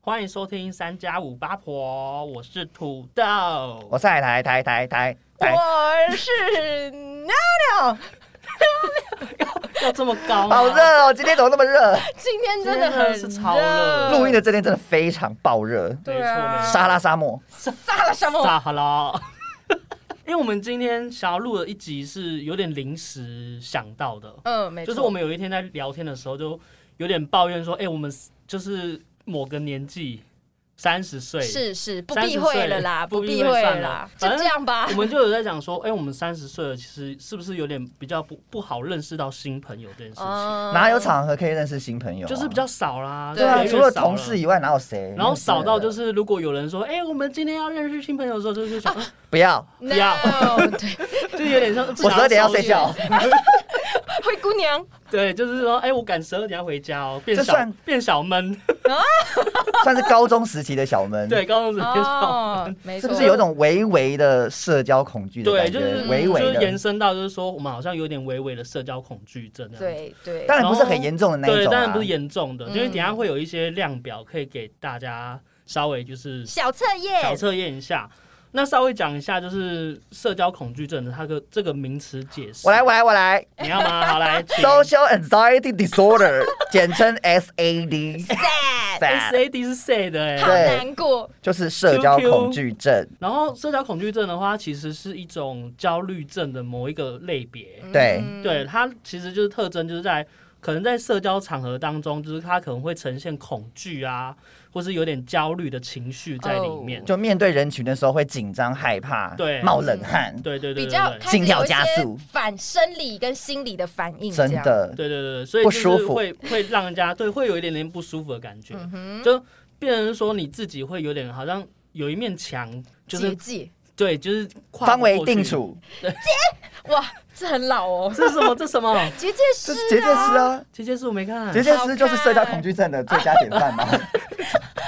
欢迎收听三加五八婆，我是土豆。我上来抬抬抬抬抬，我是妞妞，要这么高吗？好热哦！今天怎么那 么热？今天真的很今天真的是超热录音的这天真的非常爆热，没对啊错，沙拉沙漠。撒了沙漠，撒哈拉。 因为我们今天想要录的一集是有点临时想到的，嗯，没就错，是我们有一天在聊天的时候，就有点抱怨说，哎、我们就是某个年纪，三十岁，是是不30避讳了岁啦，不不避避讳讳算了了啦，反就正这样吧我。们就有在讲说，哎、我们三十岁了，其实是不是有点比较不不好认识到新朋友这件事情，嗯哪有场合可以认识新朋友啊？就是比较少啦，哦对啊，越来越除了少同事以外，哪有谁？然后少到就是，如果有人说，哎、我们今天要认识新朋友的时候，就是想，啊不要，不要 No，对，就有点像，我我十二点要睡 觉。灰姑娘，对，就是说，哎、我赶十二点要回家哦，变这小算变小闷，算是高中时期的小闷。对，，高中时变小哦，没是错，不是有一种微微的社交恐惧的对，感就觉？是微就微是延的，伸到就是说，我们好像有点微微的社交恐惧症这样子。对对，当然不是很严重的那一对，种当然啊不是。严重的，嗯因为等一下会有一些量表可以给大家稍微就是小测小验，测验一下。那稍微讲一下，就是社交恐惧症的它个这个名词解释。我来，我，来，我来。你要吗？好 来请 Social anxiety disorder，简称 SAD， sad， S A D 是 sad 哎、好对难过，就是社交恐惧症。然后社交恐惧症的话，它其实是一种焦虑症的某一个类别。对嗯对，，它其实就是特征就是在可能在社交场合当中，就是它可能会呈现恐惧啊，或是有点焦虑的情绪在里面。哦就面对人群的时候会紧张、害怕，对冒冷汗，对对对对比较对开始心跳有一加些速反生理跟心理的反应，真这样，的。对对对对，所以不就是舒服会会让人家对会有一点点不舒服的感觉，嗯哼，就变成说你自己会有点好像有一面墙，就是结界，对，就是跨不方为过去定。处，哇，这很老哦，这是什么？这是什么？ 结界这师是结界师啊，啊，结界是我没看。结界师就是社交恐惧症的最佳典 范嘛。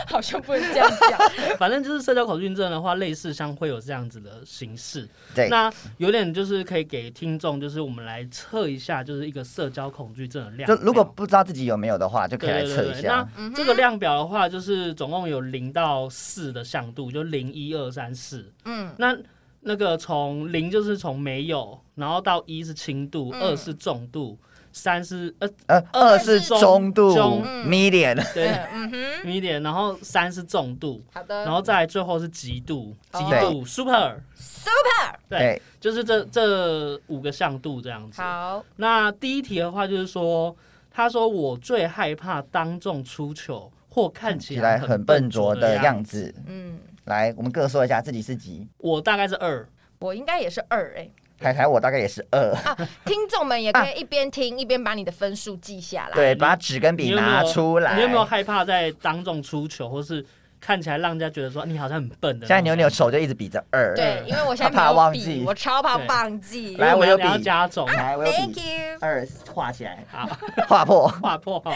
好像不能这样讲，反正就是社交恐惧症的话，类似像会有这样子的形式。对，那有点就是可以给听众，就是我们来测一下，就是一个社交恐惧症的量就表。如果不知道自己有没有的话，就可以对来对测对一对，下那。嗯哼这个量表的话，就是总共有零到四的向度，就零一二三四。嗯，那那个从零就是从没有，然后到一是轻度，嗯二是重度，三是呃呃，二二是是中中度中 median，对嗯哼， medium，然后三是重度，好的，然后再来最后是极度，极哦度 super。 super 对，对，就是这这五个向度这样子。好，那第一题的话就是说，他说我最害怕当众出糗或看起起来来很很笨笨拙拙的的样样子。子。嗯，来，我们各说一下自己是几，我大概是二，我应该也是二 哎、凯凯我大概也是二，啊，听众们也可以一边听、一边把你的分数记下来。 对，把纸跟你笔有没有拿出来。你有没有害怕在当众出糗，或是看起来让人家觉得说你好像很笨的那种？现在牛牛手就一直比着二，对，因为我现在嗯他怕没有忘笔，记我超怕忘记因。为来我我们有要比加总， 来，我有 Thank 比 you，二画起来，好，画破。划破 好。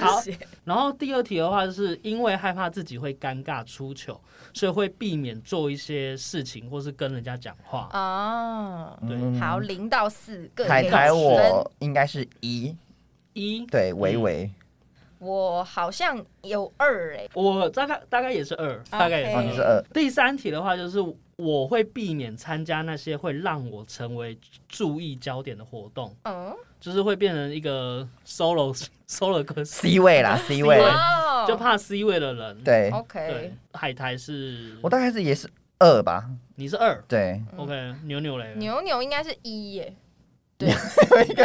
好谢谢然后第二题的话，就是因为害怕自己会尴尬出糗，所以会避免做一些事情，或是跟人家讲话。哦，对嗯好，零到四各凯给凯几分我应该是一，一，对，微微。我好像有二哎、我大概大概也是二，大概也是哎哦，二。你是二，第三题的话，就是我会避免参加那些会让我成为注意焦点的活动，嗯，就是会变成一个 solo solo 歌手， C 位啦，C 位对。哦就怕 C 位的人。对，对 OK，，海苔是我大概是也是二吧，你是二对， 嗯，OK，牛牛嘞，牛牛应该是一耶、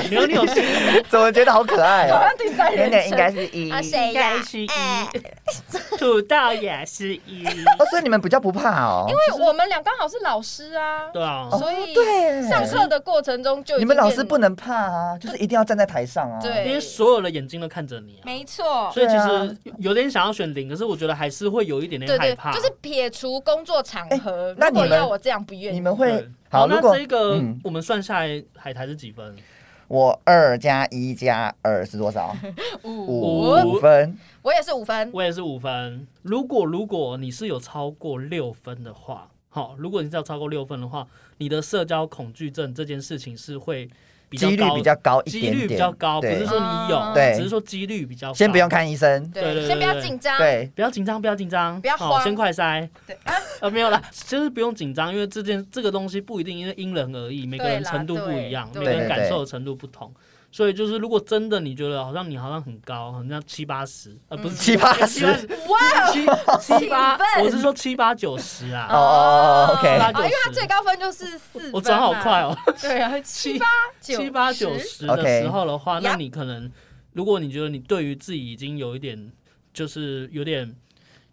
牛牛是怎么觉得好可 爱好哦？像第三点人点称应该是一，啊哦，谁呀、应该是一 E，哎土豆也是一，哦所以你们比较不怕哦，因为我们俩刚好是老师啊，对啊，所以哦对，上课的过程中就已你经们老师变不能怕啊，就是一定要站在台上啊。因对为所有的眼睛都看着你啊。没错，所以其对啊实有点想要选零，可是我觉得还是会有一点对点害对怕。，就是撇除工作场合，哎那如果你们要我这样不愿你意，们对会好，如那果这个嗯我们算下来，海苔是几分？我二加一加二是多少？五五五分。我也是五分，我也是五分。如果如果你是有超过六分的话，好，如果你是要超过六分的话，你的社交恐惧症这件事情是会比较几率高，比较高一几点率点，比较高，不对是说啊你有，对只是说几率比较高。先不用，看医生，对对对，对先不要对紧张，对，不要紧张，不要紧张，不要好慌先快塞。对， 呃，没有啦，其实不用紧张，因为这件这个东西不一定因为因人而异，每个人对啦程度不一样，对每个人对感受的程度不同。所以就是，如果真的你觉得好像你好像很高，好像七八十，呃，不是嗯七八 哎十80哇，七七八兴，奋我是说七八九十哦啊，哦哦，OK，八啊，九因为他十最高分就是四，我转好快，哦，对啊，七七八 九七八九十，十的时候的话， OK 那你可能，如果你觉得你对于自己已经有一点，就是有点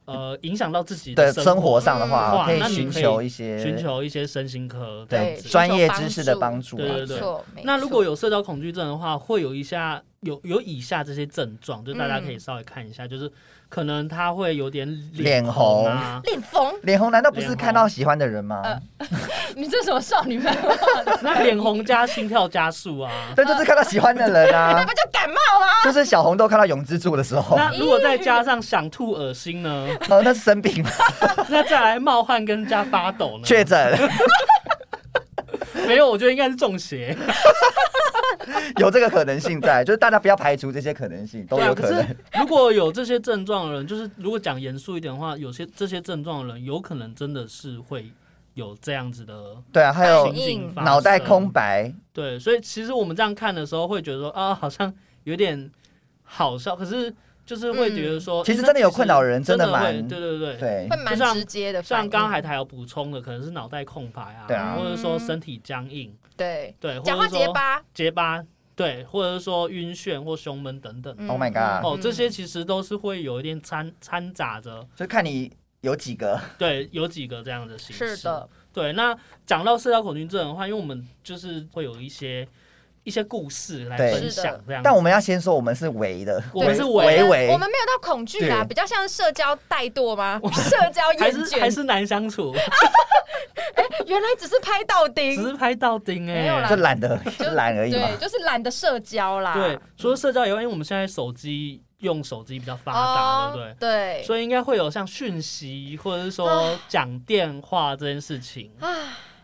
呃影响到自己的生生活上的嗯话，可以那你寻可以求一些寻求一些身心科这样对对子。专业知识的帮助对啊对没对错，没那错如果有社交恐惧症的话，会有一下有有以下这些症状，就大家嗯可以稍微看一下，就是可能他会有点红啊，练风，脸红难道不脸是红看到喜欢的人吗？呃你这什么少女漫画？ 那脸红加心跳加速啊。 对，就是看到喜欢的人呃那啊不，就感冒吗？就是小红豆看到永之助的时 候，那如果再加上想吐、恶心呢？ 哦，那是生病吗？那再来冒汗跟加发抖呢？确诊 没有，我觉得应该是中邪。有这个可能性在，就是大家不要排除这些可能性，都对啊，有可可能。是如果有这些症状的人，就是如果讲严肃一点的话，有些这些症状的人，有可能真的是会有这样子的对啊，还有情景嗯发生脑袋空。白，对，所以其实我们这样看的时候，会觉得说啊，好像有点好笑，可是就是会觉得说，嗯其实诶那真的有困扰人真真的会蛮对对对。对会，蛮就像直接的反像应，刚才台有补充的，可能是脑袋空白啊，对啊或者说身体僵硬，对对，或嗯讲者话是结说巴结巴，对，或者是说晕眩或胸闷等等。嗯 Oh my god 哦，这些嗯其实都是会有一点掺掺杂着，就看你有几个。对，有几个这样的形式。是的，，对。那讲到社交恐惧症的话，因为我们就是会有一些一些故事来对分是的享这样子，但我们要先说，我们是围的，我们对是微伪，微我们没有到恐惧啦，对比较像是社交怠惰 吗？社交还厌是还倦，是难相处， 原来只是拍到只钉，是拍到钉没有哎、啦就懒得就懒而已嘛对，。就是懒得社交啦。对，除了社交以外，因为我们现在手机用手机比较发达，哦，对不对？对，所以应该会有像讯息或者是说啊讲电话这件事情，啊，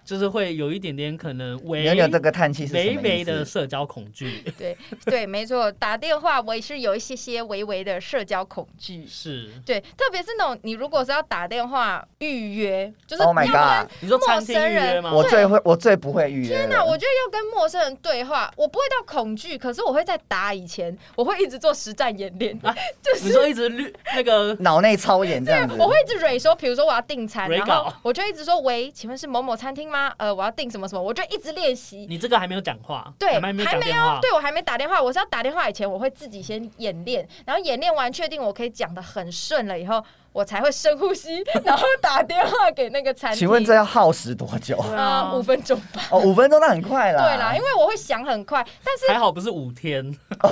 就是会有一点点可能微扭扭这个叹气是什微么微意的思？社交恐惧。 对对，没错，打电话我也是有一些些微微的社交恐惧。是，对，特别是那种你如果是要打电话预约，就是要 Oh my 跟 god 你说餐厅预陌生约人吗？我最会，我最不会预约天哪，我了。觉得要跟陌生人对话，我不会到恐惧，可是我会在打以前，我会一直做实战演练，啊就你是。说一直绿那个 脑内超演这样子，啊我会一直蕊说，比如说我要订餐，蕊然稿后我就一直说喂，请问是某某餐厅吗？呃，我要订什么什么，我就一直练习。你这个还没有讲话，对，还还没没有讲电有话，，对我还没打电话，我是要打电话以前，我会自己先演练，然后演练完确定我可以讲的很顺了以后，我才会深呼吸，然后打电话给那个餐厅。请问这要耗时多久？对呃五分钟吧？哦，五分钟那很快啦。对啦，因为我会想很快，但是还好不是五天，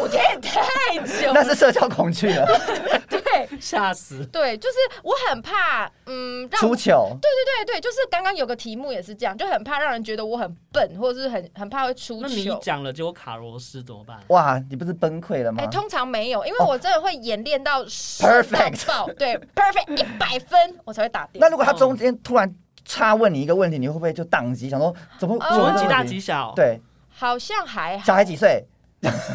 五天也太久那 了，是社交恐惧了，对吓死！对，就是我很怕，嗯，让出糗。对对对，就是刚刚有个题目也是这样，就很怕让人觉得我很笨，或者是很很怕会出那你一糗。讲了，结果卡螺丝怎么办？哇，你不是崩溃了哎、吗？通常没有，因为哦我真的会演练到顺到 Perfect 爆，对，perfect 一百分，我才会打电那话。如果他中间突然插问你一个问题，你会不会就宕机，想说怎么？哦怎请么会问这几个大问题几小？，对，好像还好，小孩几岁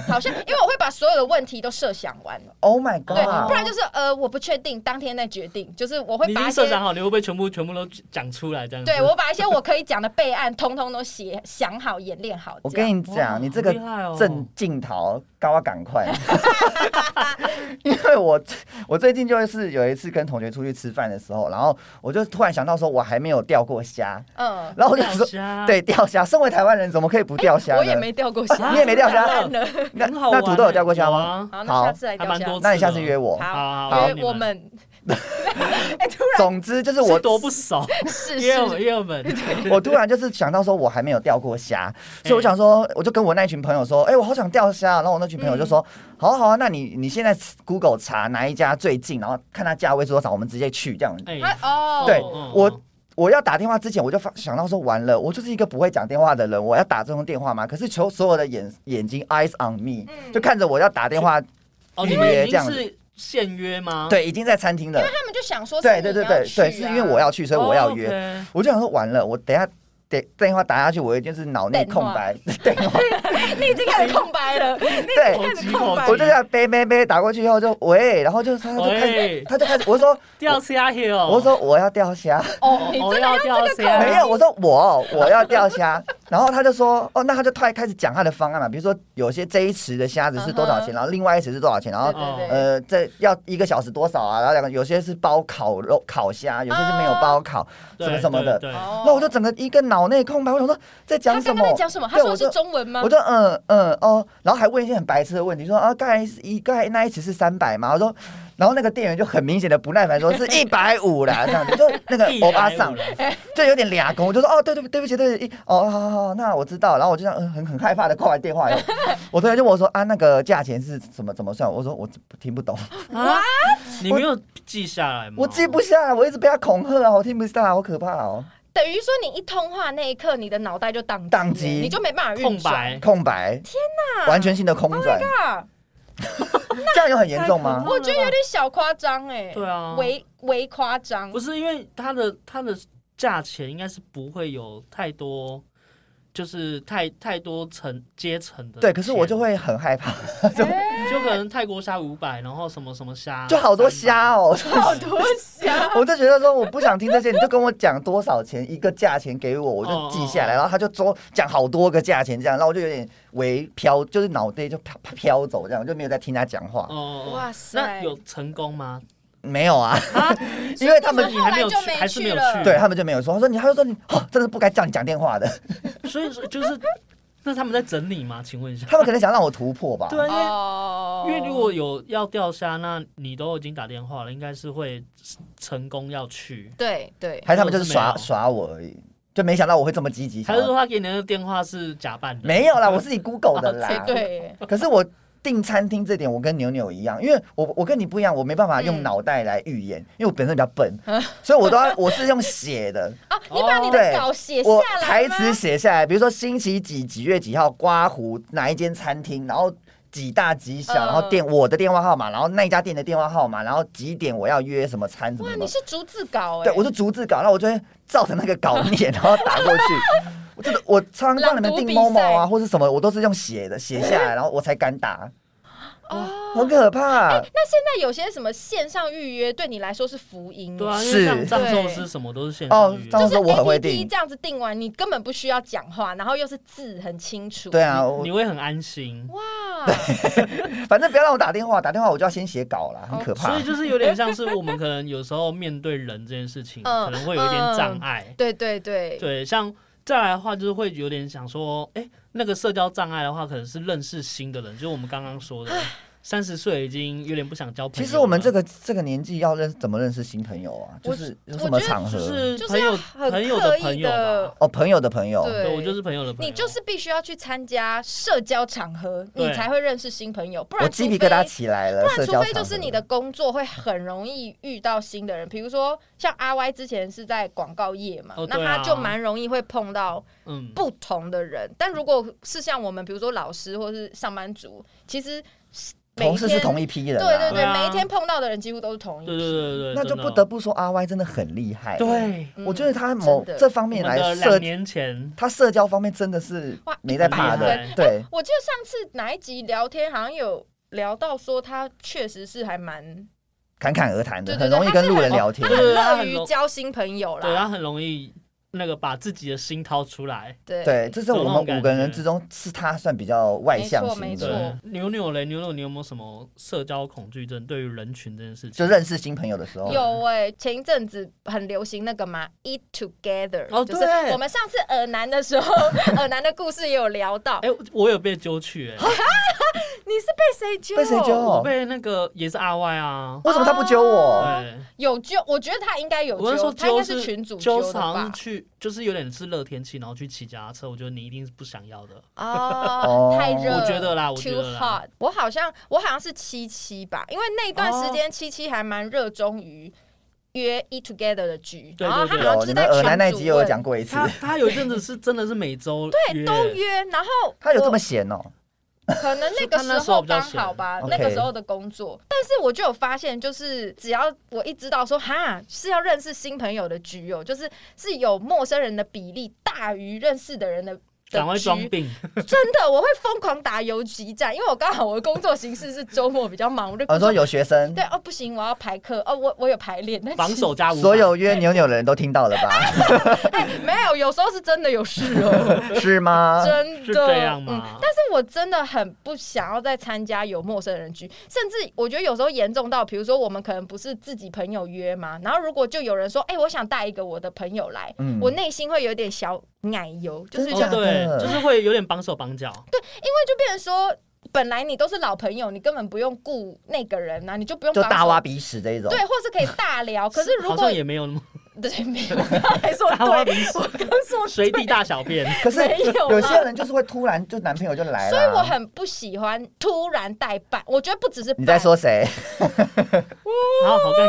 好像因为我会把所有的问题都设想完， ？Oh my 对，哦不 god！然就是呃，我不确定，当天再决定，就是我你会已把经一设些想好，你会不会全部全部都讲出来这样子？对我把一些我可以讲的备案，通通都写想好、演练好。我这样跟你哇讲，你这个好厉害哦正镜头，高啊，赶快！ 因为我我最近就是有一次跟同学出去吃饭的时候，然后我就突然想到说，我还没有钓过虾，嗯，然后我就钓说，虾，对，钓虾。身为台湾人，怎么可以不钓虾呢？我也没 掉过虾，你也没钓虾烂了。那很好玩那欸。土豆有钓过虾吗？有啊？好，好那下次来还钓蛮虾。多次的。那你下次约我。好好，好因为我们总之就是我我多不熟，是约我是们约我们。我突然就是想到说，我还没有钓过虾，嗯所以我想说，我就跟我那一群朋友说，哎、我好想钓虾。然后我那群朋友就说，嗯好啊好啊，那你你现在 Google 查哪一家最近，然后看它价位是多少，我们直接去这样子。哎啊哦，对嗯我嗯我要打电话之前，我就发想到说，完了，我就是一个不会讲电话的人，我要打这通电话吗？可是求所有的眼眼睛 eyes on me，、嗯就看着我要打电话，哦，预你们已约这经样子是现约吗？对，已经在餐厅了。他们就想说，对对对对对，是因为我要 啊要去，所以我要约。约。我就想说，完了，我等一下电电话打下去，我一定是脑内空白， 对，你已经开始空白了，对口开急始口空急白我就这样背背背打过去以后就喂，然后就他就开喂始他就开始我说掉虾 hill，我说我要钓 虾， 哦，你我真的要掉啊虾，没有，我说我我要钓虾，然后他就说哦，那他就突然开始讲他的方案嘛，比如说有些这一池的虾子是多少钱， 嗯哼然后另外一池是多少钱，然后对对哦对，呃，这要一个小时多少啊？然后两个有些是包烤肉、烤虾，有些是没有包烤，对什么什么的。对，对哦呃那我就整个一个脑内空白，我想说在讲他什刚么刚在？讲什么？他对说我的就是中文吗我？就嗯嗯哦，然后还问一些很白痴的问题，说啊，刚才是一刚才那一次是三百嘛？我说，然后那个店员就很明显的不耐烦说，是一百五啦，这样子，就那个欧巴桑150了就有点俩公，我就说哦，对对对不起对不起，哦好好好，那我知道。然后我就这样嗯很很害怕的挂完电话以后，我同学就问我说啊，那个价钱是怎么怎么算？我说我听不懂。啊，你没有记下来吗？我记不下来，我一直被他恐吓啊，我听不下来，好可怕哦，等于说你一通话那一刻，你的脑袋就宕宕机机了，你就没办法运空转白，空白，天哪，完全性的空转，啊这样有很严重太吗可？怕我觉得有点小夸张哎，对啊微微夸张不，是因为它的它的价钱应该是不会有太多，就是太太多层阶层的。对，可是我就，会很害怕，就可能泰国虾五百，然后什么什么虾，就好多虾哦。哦，好多虾， 我就觉得说我不想听这些，你就跟我讲多少钱一个价钱给我，我哦就记下来，然后他就说讲好多个价钱这样，然后我就有点微飘，就是脑袋就飘飘走这样，我就没有在听他讲话，哦，哇哇塞，塞那有成功吗？没有啊， 因为他们所以你还没有后来就去，没还是没有去了去，对，他们就没有说，他说你，他就说你哦，真的不该叫你讲电话的， 所以说就是那他们在整理吗？请问一下，他们可能想让我突破吧，对啊，因为哦因为如果有要钓虾，那你都已经打电话了，应该是会成功要去。对对，还是他们就是我哦是没有耍耍我而已，就没想到我会这么积极。还想是要说他给你的电话是假扮的？没有 啦，我自己 Google 的谁啦。对 可是我订餐厅这点，我跟牛牛一样，因为我我跟你不一样，我没办法用嗯脑袋来预言，因为我本身比较笨， 所以我都要我是用写的，啊，你把你对的稿 写下我来吗台词写下来，比如说星期几几月几号刮胡哪一间餐厅，然后。几大几小，嗯然后电我的电话号码，然后那一家店的电话号码，然后几点我要约什么餐什么哇，什你么，是逐字稿哎，对，我就逐字稿，然后我就会照着那个稿 念，然后打过去。我真的，我常常帮你们订朗读比赛某某啊，或是什么，我都是用写的，写下来，然后我才敢打，哦。很可怕。那现在有些什么线上预约对你来说是福音，对啊，因为是像藏寿司什么都是线上哦预，约张就老是师我很会 A P 订 P，这样子订完，你根本不需要讲话，然后又是字很清楚。对，啊，你我会很安心。哇， 反正不要让我打电话，打电话我就要先写稿啦，很哦可怕所以。就是有点像是我们可能有时候面对人这件事 情，嗯可能会有一点障碍。对对嗯对，对，像再来的话，就是会有点想说，哎，那个社交障碍的话，可能是认识新的人，就是我们刚刚说的， 三十岁已经有点不想交朋友了。其实我们这个这个年纪要认怎么认识新朋友啊？就我是有我什么觉得场合？就是就是朋友要很朋友刻意朋友的吧。哦，朋友的朋友。对对，我就是朋友的朋友。你就是必须要去参加社交场合，对你才会认识新朋友，不我然鸡除皮非疙瘩起来了不，社然除交非场就合是你的工作会很容易遇到新的人，比如说像阿 Y 之前是在广告业嘛，哦那对啊他就蛮容易会碰到嗯，不同的人。但如果是像我们，比如说老师或是上班族，其实是每同一事是天同一批人对啊，对对对，啊每一天碰到的人几乎都是同一对批。对对对，那就真的不得不说阿 Y 真的很厉害。对。嗯我觉得他某真的这方我面们的来两社，年前他社交方面真的是哇没在怕很厉哎的害，对。我记得上次哪一集聊天好像有聊到说他确实是还蛮侃侃而谈的，对很对容易跟路人聊天他。很他乐很于容交新朋友对，他啦，很容易那个把自己的心掏出来。对对，这是我们五个人之中，是他算比较外向型没错的，对，牛牛嘞，牛牛，你有没有什么社交恐惧症？对于人群这件事情，就认识新朋友的时候，有哎、前一阵子很流行那个嘛，Eat Together，、哦就是对我们上次耳男的时候，耳男的故事也有聊到，哎、我有被揪去、哎、你是被谁揪？被谁我揪？被哦那个也是阿 Y 啊，为什么他不揪我？对，有揪？我觉得他应该有我那时揪，候他应揪该是群主揪的是好像吧是？去，就是有点是热天气，然后去骑脚踏车，我觉得你一定是不想要的。哦哦，太热，我觉得啦我觉 too 得啦 hot。我好像我好像是七七吧，因为那段时间七七还蛮热衷于约 Eat Together 的局，对然后他对对好有，像就哦你在们群尔主南那一集有问讲过一次 他，他有一阵子是真的是每周对都约，然后他有这我么闲哦？可能那个是他那时时候候比较刚闲好吧， OK 那个时候的工作。但是我就有发现，就是只要我一知道说哈是要认识新朋友的局哦，就是是有陌生人的比例大于认识的人的。的赶快局装病，真的，我会疯狂打游击战，因为我刚好我的工作形式是周末比较忙，我就哦我说有学生，对哦，不行，我要排课哦，我我有排练，但防其实守加五百所有约扭扭的人都听到了吧？哎没有，有时候是真的有事 哦，是吗？ 真的是这样嗯吗？但是我真的很不想要再参加有陌生人局，甚至我觉得有时候严重到，比如说我们可能不是自己朋友约嘛，然后如果就有人说，哎、我想带一个我的朋友来，嗯我内心会有点小奶油，就是真觉假哦，得的对，就是会有点绑手绑脚。就变成说，本来你都是老朋友，你根本不用顾那个人啊，你就不用就帮手大挖。鼻屎这一种。对，或是可以 大聊，可是如好果像也没有那么 对没有，我刚才说大挖对，我刚说随地对大小便，可是没有有啦些人就是会突然就男朋友就来了，所以我很不喜欢突然代办，我觉得不只是你在伴说谁？然后好干，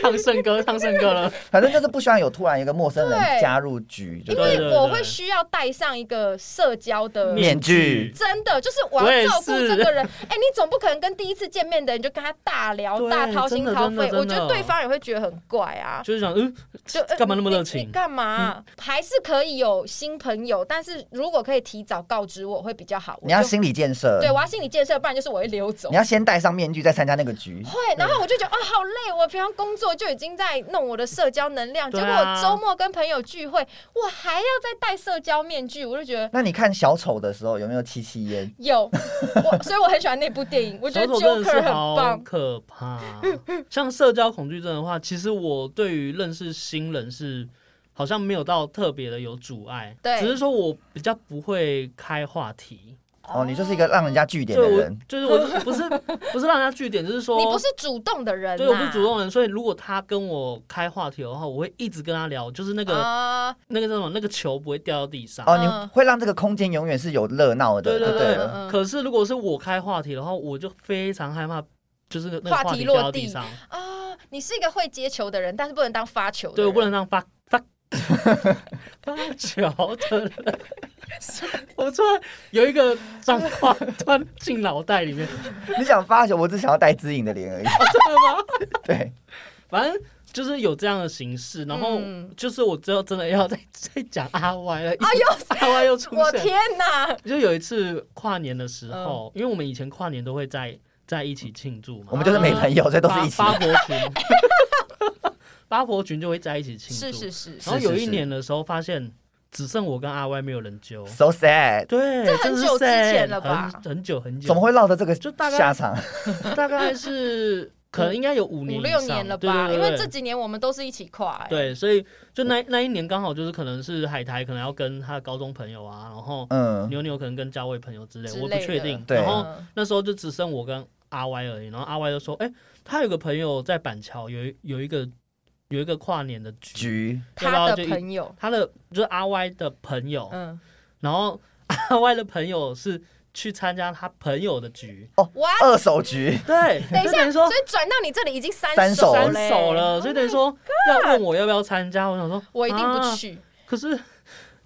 唱圣歌，唱圣歌 了，反正就是不希望有突然一个陌生人对加入局，就因对对为对我会需要戴上一个社交的。面具真的，就是我我也要照顾是这个人。哎、你总不可能跟第一次见面的人就跟他大聊对、大掏心真的掏真的肺，我觉真得的对方也会觉得很怪啊。就是想，嗯，就呃干嘛那么你热情嗯你干嘛、还是可以有新朋友，但是如果可以提早告知我会比较好。我你要就心理建设，对，我要心理建设，不然就是我会溜走你。要先戴上面具再参加那个局。会，然后我就觉得啊、好累，我平常工作就已经在弄我的社交能量，对结啊果我周末跟朋友聚会，我还要再戴社交面具，我就觉得。那你看小丑的时候有没有七七烟？ 有，我所以我很喜欢那部电影，我觉小得丑真的 Joker 是很好棒。可怕。 像社交恐惧症的话，其实我对于认识新人是好像没有到特别的有阻碍，对只是说我比较不会开话题。哦，你就是一个让人家据点就的我人。就是我不是 不是让人家据点，就是说你不是主动的人、啊，对，我不是主动人，所以如果他跟我开话题的话，我会一直跟他聊，就是那个、啊，那个叫什么，那个球不会掉到地上。哦，你嗯会让这个空间永远是有热闹的，对就对对对了。嗯可是如果是我开话题的话，我就非常害怕，就是那个话题话题落掉到地地上，啊，你是一个会接球的人，但是不能当发球的对人。我不能让发发 发球的人。 我突然有一个脏话突然进脑袋里面，你想发球，我只想要戴姿颖的脸而已。 真的吗？对，反正就是有这样的形式，然后嗯就是我之后真的要再再讲阿歪了，啊，又 阿歪又出我现。天嗯哪！就有一次跨年的时候，因为我们以前跨年都会在在一起庆祝嘛，我们就是嗯没朋友，所以都是一起。八八婆 群，八婆群就会在一起庆是祝。是是，然后有一是年的时候，发现只剩我跟阿 Y 没有人揪， So sad，对，这很真的是久之 sad，前了吧很很久很久，怎么？会落得这个就大概下场？大概是可能应该有五年以五六上年了对吧？对因对为这几年我们都是一起跨、哎，对，所以就那那一年刚好就是可能是海苔，可能要跟他的高中朋友啊，然后嗯，牛牛可能跟嘉伟朋友之类，之我不类确的定。对然后嗯那时候就只剩我跟阿 Y 而已，然后阿 Y 就说：“哎、他有个朋友在板桥有一有一个有一个跨年的局，局他的朋友，他的就是阿 Y 的朋友，嗯，然后 阿 Y 的朋友是去参加他朋友的局，哇，二手局，对，等一就下，等于说所以，Oh 转到你这里已经三三手手斩嘞首了，所以等于说要问我要不要参加，我想说我一定不啊去。可是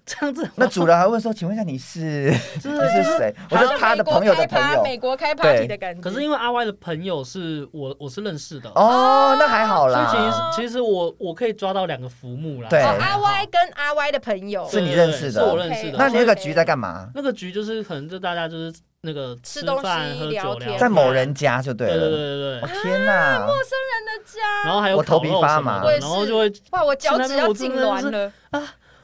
这样子，那主人还问说：“请问一下你是就你是是谁？”啊我是他的朋友的朋好像友。美国开趴美国开 party 对的感觉。可是因为阿 Y 的朋友是我我是认识的，哦，那还好所以啦。其实其实我我可以抓到两个浮木啦。对哦阿 Y 跟阿 Y 的朋友是对你认识对是的我认识的。那你那个 OK 局在干嘛？那个局就是可能就大家就是那个吃东西饭、喝酒、聊聊天天，在某人家就对对对对对了。我对，天啊哪！真的假？然后还有我头烤肉皮发什么麻的我也是然后就会哇，我脚趾要痉挛现了。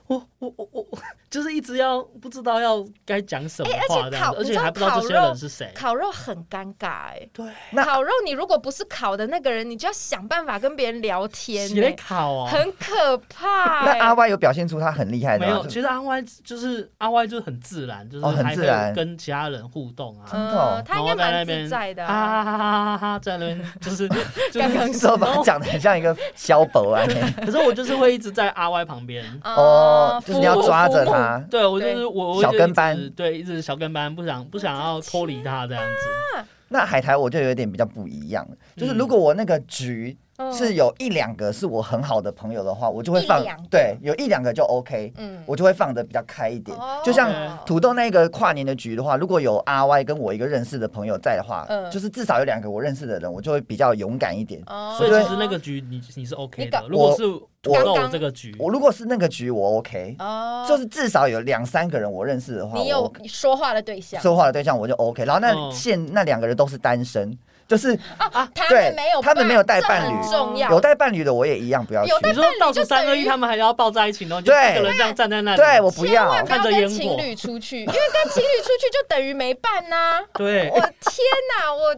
我我我我 就是一直要不知道要该讲什么哎而且话这样烤子，而你且知道还不知道这些烤肉人是谁。烤肉很尴尬哎、对，那烤肉你如果不是烤的那个人，你就要想办法跟别人聊天、谁在欸，烤啊？很可怕、那欸。阿 Y 有表现出他很厉害的没吗，有，其实阿 Y 就是阿 Y 就是很自然，就是哎啊哦很还自然会跟其他人互动啊。真的哦嗯他应该蛮自在的、哈哈啊。哈哈哈哈，在那边 就是就刚是，刚你说把然他后讲的很像一个萧伯啊， 可是我就是会一直在阿 Y 旁边，哦，就是你要服务抓着服务他。对我就对是我，我小就跟一直班对，一直小跟班，不想不想要脱离他这样子。那海苔我就有点比较不一样了，就是如果我那个局嗯是有一两个是我很好的朋友的话，我就会放一两个对，有一两个就 OK，嗯我就会放的比较开一点。哦就像嗯土豆那个跨年的局的话，如果有阿 Y 跟我一个认识的朋友在的话，嗯就是至少有两个我认识的人，我就会比较勇敢一点。哦所以其实那个局你你是 OK 你的搞，如果是我我这个局，我如果是那个局，我 OK，、哦，就是哦至少有两三个人我认识的话，你我有说话的对象说话的对象我就 OK。然后那嗯现、那两个人都是单身，就是啊，他对们没有伴，他们没有带伴这很侣重要，有带伴侣的我也一样不要去有。带你说倒数三二那你就等一，于他们还要抱在一起，然后你就对一个人这样站在那里，对，我不千要万。不要看着烟跟火情侣出去，因为跟情侣出去就等于没伴呐、 对我天哪，我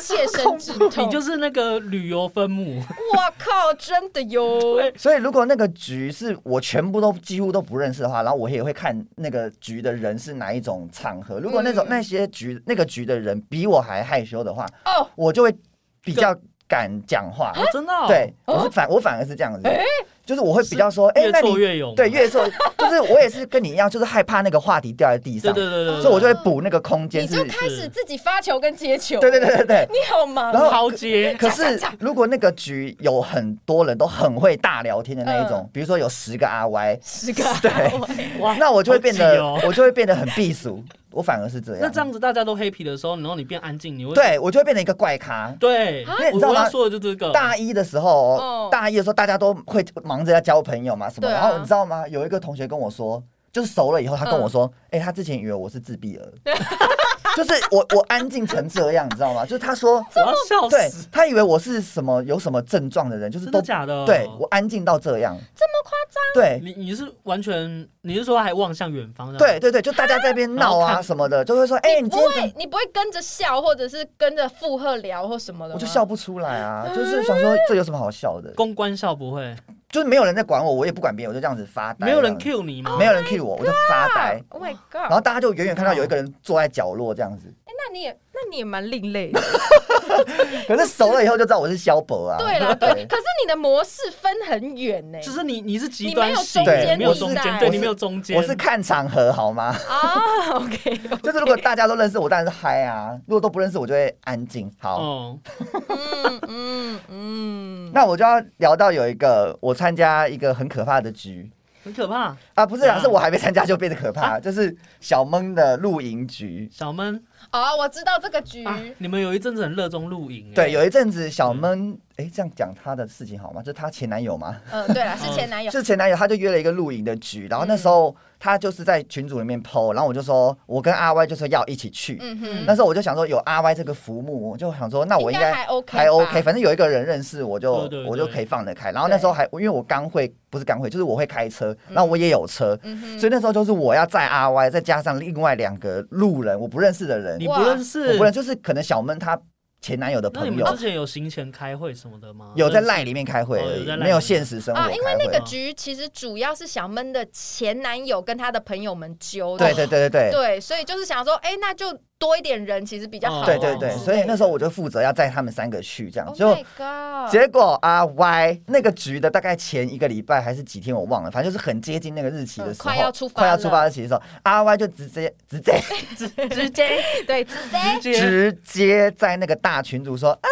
切身之痛，你就是那个旅游分母，我靠，真的哟！对所以如果那个局是我全部都几乎都不认识的话，然后我也会看那个局的人是哪一种场合。如果那种、嗯那些局那个局的人比我还害羞的话，哦，我就会比较敢讲话。哦真的哦对，我是反我反而是这样子，就是我会比较说，哎、越那挫你越啊勇，对越做， 就是我也是跟你一样，就是害怕那个话题掉在对地上，对对对，所以我就会补那个空间你是就，开始自己发球跟接球，对对，对对对。你好忙啊然后抛接， 可是如果那个局有很多人都很会大聊天的那一种，嗯比如说有十个阿 Y，十个对，哇，那我就会变得，好挤哦我就会变得很避俗，我反而是这样。那这样子大家都 happy 的时候，然后你变安静，你会对我就会变成一个怪咖。对，因为你我知道我吗要说的就这个，大一的时候哦哦，大一的时候大家都会忙着要交朋友嘛什么的，对啊然后你知道吗？有一个同学跟我说，就是熟了以后，他跟嗯我说，哎，他之前以为我是自闭儿， 就是我我安静成这样，你知道吗？就是他 说，我要笑对死，他以为我是什么有什么症状的人，就是真都的假的？对我安静到这样，这么夸张？对。你你是完全你是说还望向远方？哎对，对对，就大家在那边闹然后啊看什么的，就会说，哎、你不今天怎么会，你不会跟着笑，或者是跟着附和聊或什么的吗，我就笑不出来啊，就是想说这有什么好笑的，公关笑不会，就是没有人在管我，我也不管别人，我就这样子发呆，没有人这样 cue 你子哦吗？没有人 cue 我，我就发啊呆。 ，Oh my 然后 god！大家就远远看到有一个人坐在角落这样子，哎那你也，那你也蛮另类的，可是熟了以后就知道我是萧伯啊。哎 对 啦，对。可是你的模式分很远呢，就是你你是极端型，你没有中间没有中间，对地带我是你没有中间，我是看场合好吗？ 啊，OK，就是如果大家都认识我，当然是嗨啊；如果都不认识，我就会安静。好，嗯，嗯嗯嗯，那我就要聊到有一个我参加一个很可怕的局很可怕。啊，不是怎啊，样是我还没参加就变得可怕，就是小闷的露营局。小闷哦，我知道这个局，啊，你们有一阵子很热衷露营，欸对，有有一阵子小闷，哎、这样讲她的事情好吗？就是她前男友吗？嗯，对了，是前男友，是前男友，他就约了一个露营的局，然后那时候他就是在群组里面 PO，然后我就说，我跟阿 Y 就说要一起去。嗯哼，那时候我就想说，有阿 Y 这个浮木，我就想说，那我应应该该还 OK 还 OK，吧反正有一个人认识，我对就对对我就可以放得开。然后那时候还因为我刚会，不是刚会，就是我会开车，然后我也有车，嗯哼，所以那时候就是我要载阿 Y，再加上另外两个路人，我不认识的人你，哇不认我识，不认，就是可能小闷她前男友的那你朋们友之前有行前开会什么的吗？有在认识赖里面开会哦有在 LINE 而里已，面没有现实生活啊，开因会。为那个局其实主要是小闷的前男友跟他的朋友们揪的，对对对对对。对所以就是想说，哎、那就多一点人，其实比较好、哦对对对，哦所以那时候我就负责要载他们三个去这样， ，Oh 就 my god，结果阿 Y 那个局的大概前一个礼拜还是几天我忘了，反正就是很接近那个日期的嗯时候，快要出发快要了出发日期的时候，阿 Y 就直接直接直接 对直接。直接，直接在那个大群组说啊，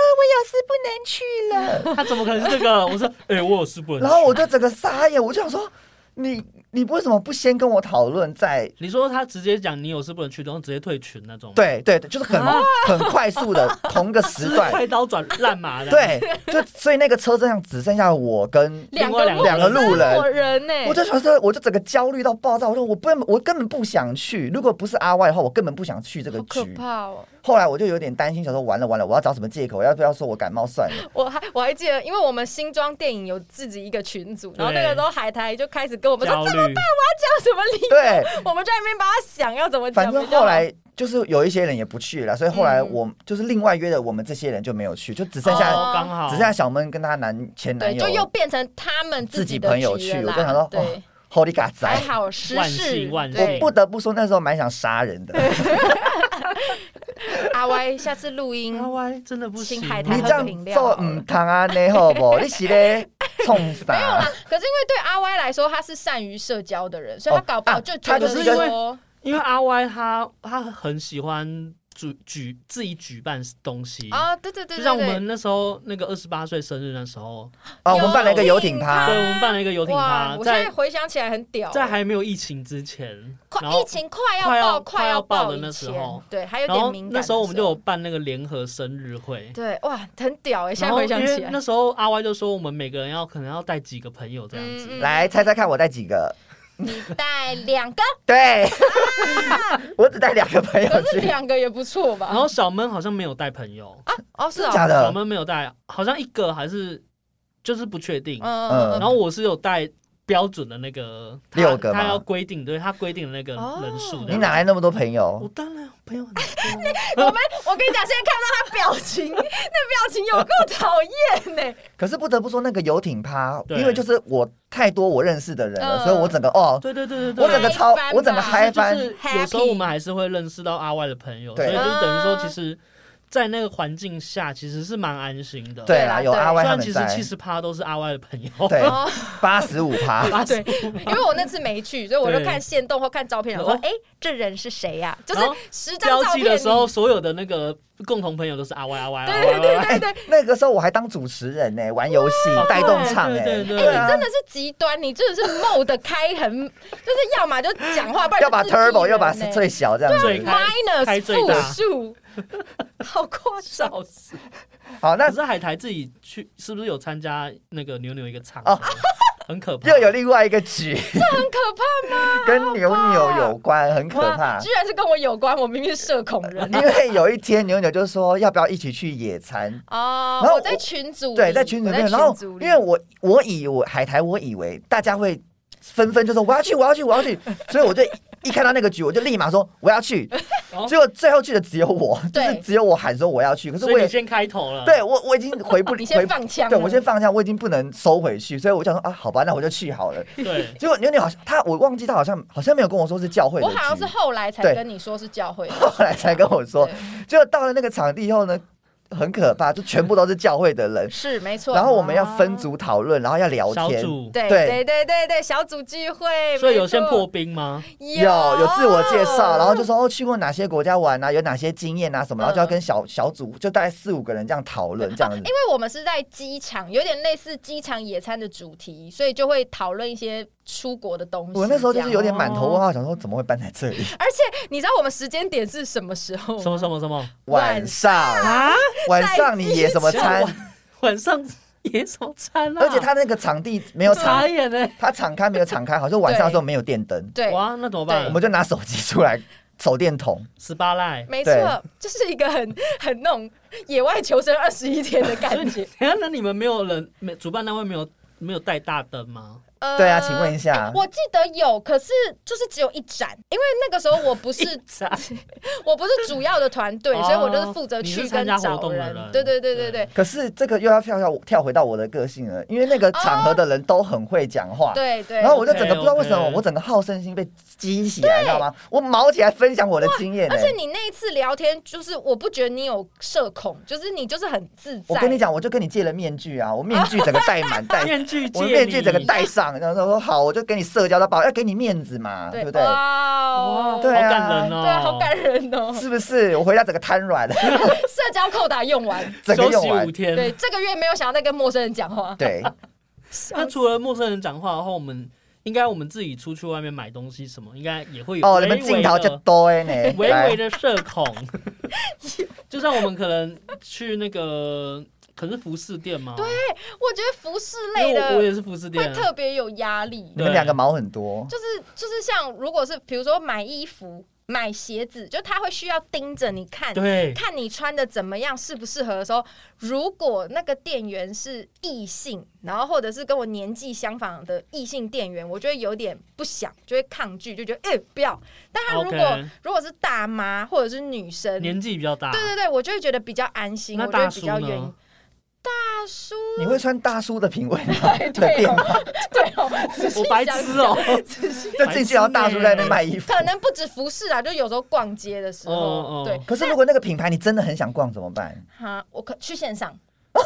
我有事不能去了，他怎么可能是这个？我说，哎，我有事不能去。然后我就整个傻眼，我就想说你你为什么不先跟我讨论再？你说他直接讲你有事不能去，然后直接退群那种，，对对，对就是很、很快速的同个时是段， 快刀斩乱麻的，，对，就所以那个车身上只剩下我跟另两外个两个两个路人欸陌生人呢、我就想说，我就整个焦虑到爆炸。我说我不，我根本不想去。如果不是阿 Y 的话，我根本不想去这个好可局。怕哦！后来我就有点担心，想说完了完了，我要找什么借口？要不要说我感冒算了？我还我还记得，因为我们新庄电影有自己一个群组，然后对那个时候海苔就开始跟我们说焦这虑，讲什么理，对，我们在那边帮他想要怎么讲反比较正好。后来就是有一些人也不去了，所以后来我、就是另外约的我们这些人就没有去，就只剩下、哦刚好，只剩下小闷跟她男前男对，友就又变成他们自己己的朋友局去。了我啦就想说，哇对， ，Holy God 仔还！好失万事幸万幸我对不得不说，那时候蛮想杀人的。阿歪，下次录音他歪真的不行，请海苔你喝这样饮料做好了唔通啊，你好 不？你是咧冲啥？可是因为对阿 Y 来说，他是善于社交的人，所以他哦搞不好啊就觉他得就是说，因为因为阿 Y 他他很喜欢举举自己举办东西。啊，对对对，嗯就对像我对们那时候那个二十八岁生日那时候，哦，我们办了一个游艇啊对，趴，我们办了一个游艇哇趴，我现在在回想起来很屌，在还没有疫情之前，快然疫后情快快要爆快要要爆的以那时前候对，还有然后点敏感那的时候我们就有办那个联合生日会。对哇，很屌哎、欸！现然在后回因想起为来，那时候阿 Y 就说我们每个人要可能要带几个朋友这样子，嗯嗯来猜猜看我带几个？你带两个， 对，我只带两个朋友 可是去，两个也不错然吧？后小闷好像没有带朋友，哦，真是的哦啊、假小的？闷没有带，好像一个还是就是不确定。嗯然后我是有带标准的那个他六个吗他要规定，对他规定的那个人数哦这样。你哪来那么多朋我友？哦当然朋友很多啊 我跟你讲，现在看到他表 情，那表情有够讨厌呢。可是不得不说，那个游艇趴，对因为就是我太多我认识的人了，嗯所以我整个哦，对对对对对，我整个超嗨翻，吧我整个嗨翻就。是有时候 Happy 我们还是会认识到阿外的朋友，所对以就是等于说，其实，在那个环境下，其实是蛮安心的。对啦，对啦有阿虽歪他然们其实在七，十趴都是阿外的朋友， 啊对哦，八十五趴，八十 对五因为我那次没去，所以我就对看线动或看照片，我说哦：“哎、这人是谁呀、就然是后十张标照记片的时候，里，所有的那个共同朋友都是阿 Y 阿 Y 阿 Y，对对对对对，哎那个时候我还当主持人呢、玩游戏对带动唱哎、对对对哎、你啊真的是极端，你真的是 mode 的开很，就是要么就讲话，不然要把就自己 turbo 人要把呢最小这样最子。开开 minus 最大负数，好夸 张。笑死！好，那可是海苔自己去，是不是有参加那个牛牛一个唱？哦很可怕，又有另外一个局很可怕，跟牛牛有关，很可怕啊哇，居。然是跟我有关，我明明是社恐 人因为有一天牛牛就说要不要一起去野餐，哦然。后我在我群组里，对，在群我里在面，然后组里因为我我以我海苔，我以为大家会纷纷就说我要去，我要去，我要去，所以我就一一看到那个局，我就立马说我要去哦，结果最后去的只有我，就是对只有我喊说我要去，可是所我以你也先开头了。对我我已经回不嗯 回你先放枪了，对我先放下，我已经不能收回去，所以我想说啊，好吧，那我就去好了。对，结果牛牛好像他，我忘记他好像好像没有跟我说是教会的我局，好像是后来才对跟你说是教会 的，后来才跟我说对。结果到了那个场地以后呢，很可怕，就全部都是教会的人。是没错。哦然后我们要分组讨论，然后要聊小天。组，对对对对对对，小组聚会，所以有没错先破冰吗？有有自我介绍，然后就说哦去过哪些国家玩啊，有哪些经验啊嗯什么，然后就要跟小小组就大概四五个人这样讨论这样子因。为我们是在机场，有点类似机场野餐的主题，所以就会讨论一些出国的东西。我那时候就是有这样点满头问号，想说怎么会搬在这里？而且你知道我们时间点是什么时候吗？什么什么什么晚上啊？晚上你野什么餐？晚上野什么餐啊？而且他那个场地没有敞傻眼呢。它敞开没有敞开，好像晚上的时候没有电灯，对，哇，那怎么哎我办？们就拿手机出来，手电筒，十八赖，没对错，就是一个很很那种野外求生二十一天的所以感你觉。等一下那你们没有人，没主办单位没有没有带大灯吗？呃对啊请问一下哎我记得有，可是就是只有一盏，因为那个时候我不是啥？我不是主要的团队，哦所以我就是负责你是去参跟加活找动的人人。对对对对对可是这个又要跳跳跳回到我的个性了，因为那个场合的人都很会讲话。哦对对。然后我就 OK，整个不知道为什么， OK 我整个好胜心被激起来，你知道吗？我毛起来分享我的经验呢而。且你那一次聊天，就是我不觉得你有社恐，就是你就是很自在。我跟你讲，我就跟你借了面具啊，我面具整个戴满 戴，面具借哎我你，面具整个戴上，然后说好，我就给你社交到爆，要给你面子嘛，对不对？哇哦哇，，对好啊感人哦，对啊，好感 人哦！是不是？我回家整个瘫 软，社交扣打用 完，整个休用息完五。天。对，这个月没有想要再跟陌生人讲话。 对，那除了陌生人讲话的话，我们应该我们自己出去外面买东西什么，应该也会有哦，微你们微镜头的就多欸呢，微来微的社 恐，就像我们可能去那个可能是服饰店嘛，对，啊我觉得服饰类因为我我的也是服饰会店，啊特别有压力，你们两个毛很多，就是就是像如果是比如说买衣服、买鞋子，就他会需要盯着你看，对看你穿的怎么样，适不适合的时候，如果那个店员是异性，然后或者是跟我年纪相仿的异性店员，我就会有点不想，就会抗拒，就觉得哎、不要。但他如果 OK 如果是大妈或者是女生，对年纪比较大，呃对对，我就会觉得比较安心，那我就会大比叔较愿意呢。？大叔，你会穿大叔的品味 吗？的对变哦吗？，对哦，仔细我白想 痴哦想，就进去然后大叔在那边卖衣服。可欸能不止服饰啊，就有时候逛街的时候，哦哦对，可是如果那个品牌你真的很想逛怎么办？哈，我可去线上。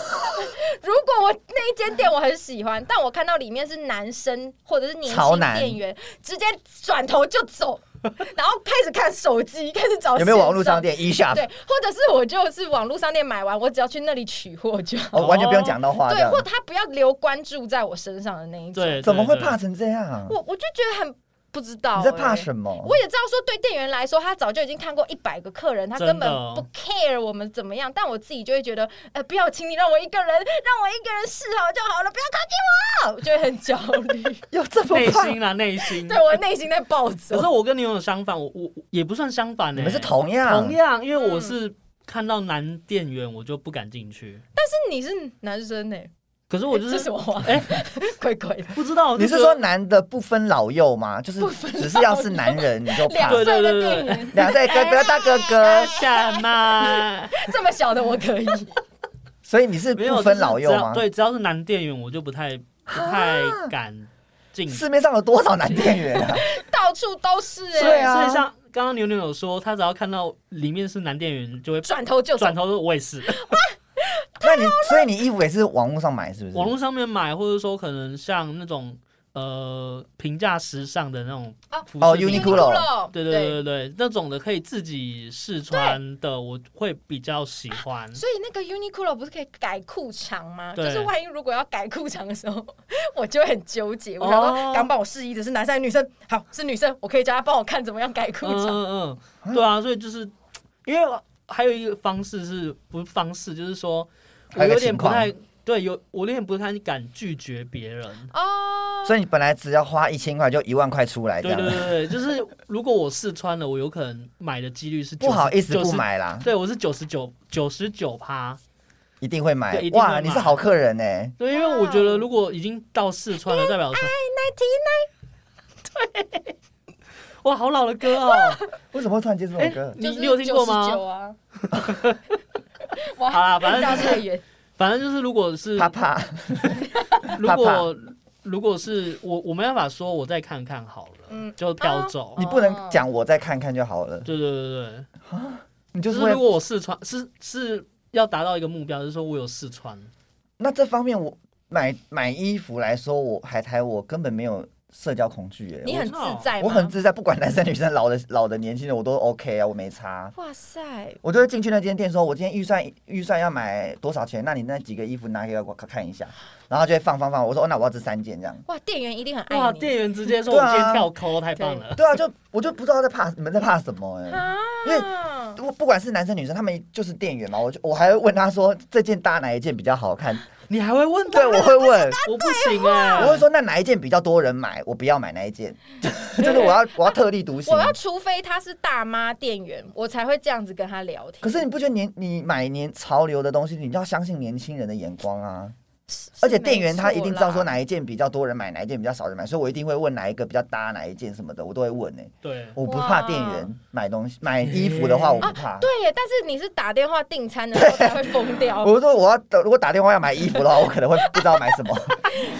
如果我那一间店我很喜欢，但我看到里面是男生或者是年潮轻男 店员，直接转头就走，然后开始看手机，开始找哦有没有线网络商？店啊一啊下对，或者是我就是网络商店买完，我只要去那里取货就 好。哦，完全不用讲到话这对，样或，他不要留关注在我身上的那一种。对，怎么会对怕？成这样？我我就觉得很不知道、欸你在怕么？什么？我也知道说，对店员来说，他早就已经看过一百个客人，他真根本的哦不 care 我们怎么样。但我自己就会觉得，呃，不要，请你让我一个人，让我一个人试好就好了，不要靠近我，我 就会很焦虑。有这么内怕？心啦，内心。 对我内心在暴可走是。我跟你有点相反，我我我也不算相反呢、欸你们是同样同，样，因为我嗯是看到男店员我就不敢进去，但是你是男生呢、可是我就这什是么话？哎鬼鬼的，不知道，你是就觉说得男的不分老幼吗？就是只是要是男人你就怕 两，对岁的对店员，两岁哥哥大哥哎哥，什 么？这么小的我可以。所以你是没有不分老幼就是只吗要？对，只要是男店员我就不太不太敢进去。市面上有多少男店员 啊？到处都是哎、对啊所以像刚刚牛牛有说，他只要看到里面是男店员就会转头就走转。头说我也是，那你所以你衣服也是啊网络上买是不是？网络上面买，或者说可能像那种呃平价时尚的那种哦服饰品牌 Uniqlo 对对对对对，那种的可以自己试穿的，我会比较喜欢。所以那个 Uniqlo 不是可以改裤长吗？就嗯对是万一如果要改裤长的时候， 我就会很纠结。我想说，哦刚帮我试衣的是男生还是女生？好，是女生，我可以叫她帮我看怎么样改裤嗯长。嗯嗯，对啊，所以就是因为还有一个方式是不是方式，就是说我还有一有个点情不况太对，有我有点不太敢拒绝别人。哦，所以你本来只要花一千块，就一万块出来这对样对，对对，就是如果我试穿了，我有可能买的几率是不好意思90不。买啦，对，我是九十九九十九趴，一定会买对一。定会哇，你是买好客人呢、欸对，因为我觉得如果已经到试穿了，代表我说对，哇，好老的歌哦，为什么会突然接这哎首歌？你就是你有听过吗？ 99啊 好哇，啦，反绕正就是太远。反正就是，如果是怕怕，如怕果如果是我，我没办法说，我再看看好了，嗯就飘走。你不能讲我再看看就好了，对对对对，你哦就就是是会如。果我试穿，是是要达到一个目标，就是说我有试穿。那这方面我买买衣服来说，我海苔我根本没有社交恐惧耶、你很自在吗？我很自在，不管男生女生，老的老的年轻人我都 OK 啊，我没差。哇塞，我就会进去那间店说，我今天预算预算要买多少钱？那你那几个衣服拿给我看一下，然后他就会放放放。我说、哦、那我要这三件这样。哇，店员一定很爱啊哇，你店员直接说对我啊今天跳抠，太棒了。对啊，就我就不知道在怕你们在怕什么哎、啊！因我不管是男生女生，他们就是店员嘛，我就我还会问他说这件搭哪一件比较好看？你还会 问对，他？我会问， 我不行哎、 我会说那哪一件比较多人买，我不要买那一件， 就是我要我要特立独行 我。要除非他是大妈店员，我才会这样子跟他聊天。可是你不觉得年你买年潮流的东西，你就要相信年轻人的眼光啊？而且店员他一定知道说哪一件比较多人买，哪一件比较少人买，所以我一定会问哪一个比较搭哪一件什么的，我都会问呢、欸对，我不怕哇店员买东西买衣服的话，我不 怕。对耶，但是你是打电话订餐的时候才会疯掉，我说我要如果打电话要买衣服的话，我可能会不知道买什么。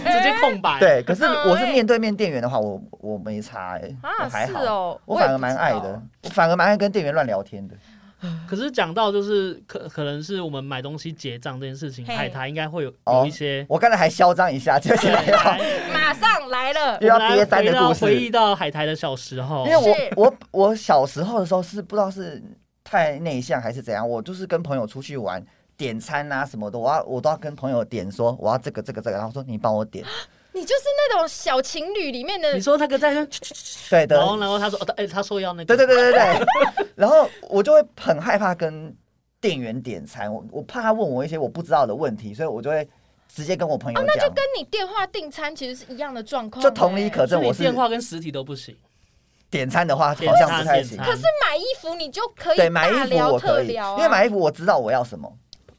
哎直接空白。对，可是嗯我是 哎面对面店员的话，我我没差哎、我啊，还是好。哦，我我也反而不蛮知爱道的，我反而蛮爱跟店员乱聊天的。可是讲到就是可可能是我们买东西结账这件事情，嘿海苔应该会有哦有一些。我刚才还嚣张一下，就对是因马上来了又，要憋三回的到故回事忆。到海苔的小时候，因为我是我我小时候的时候是不知道是太内向还是怎样，我就是跟朋友出去玩点餐啊什么的，我要我都要跟朋友点说我要这个这个这个，然后说你帮我点，你就是那种小情侣里面的你，说他跟在那，对的然，后然后他说，哦他哎、他说要那个，对对对对对，然后我就会很害怕跟店员点餐，我我怕他问我一些我不知道的问题，所以我就会直接跟我朋友讲，哦跟你电话订餐其实是一样的状况，就同理可哎哦所证，以你我是电话跟实体都不行。点餐的话点好像餐不太点行餐。可是买衣服你就可以对，买大衣服聊我特可以，聊啊，因为买衣服我知道我要什么。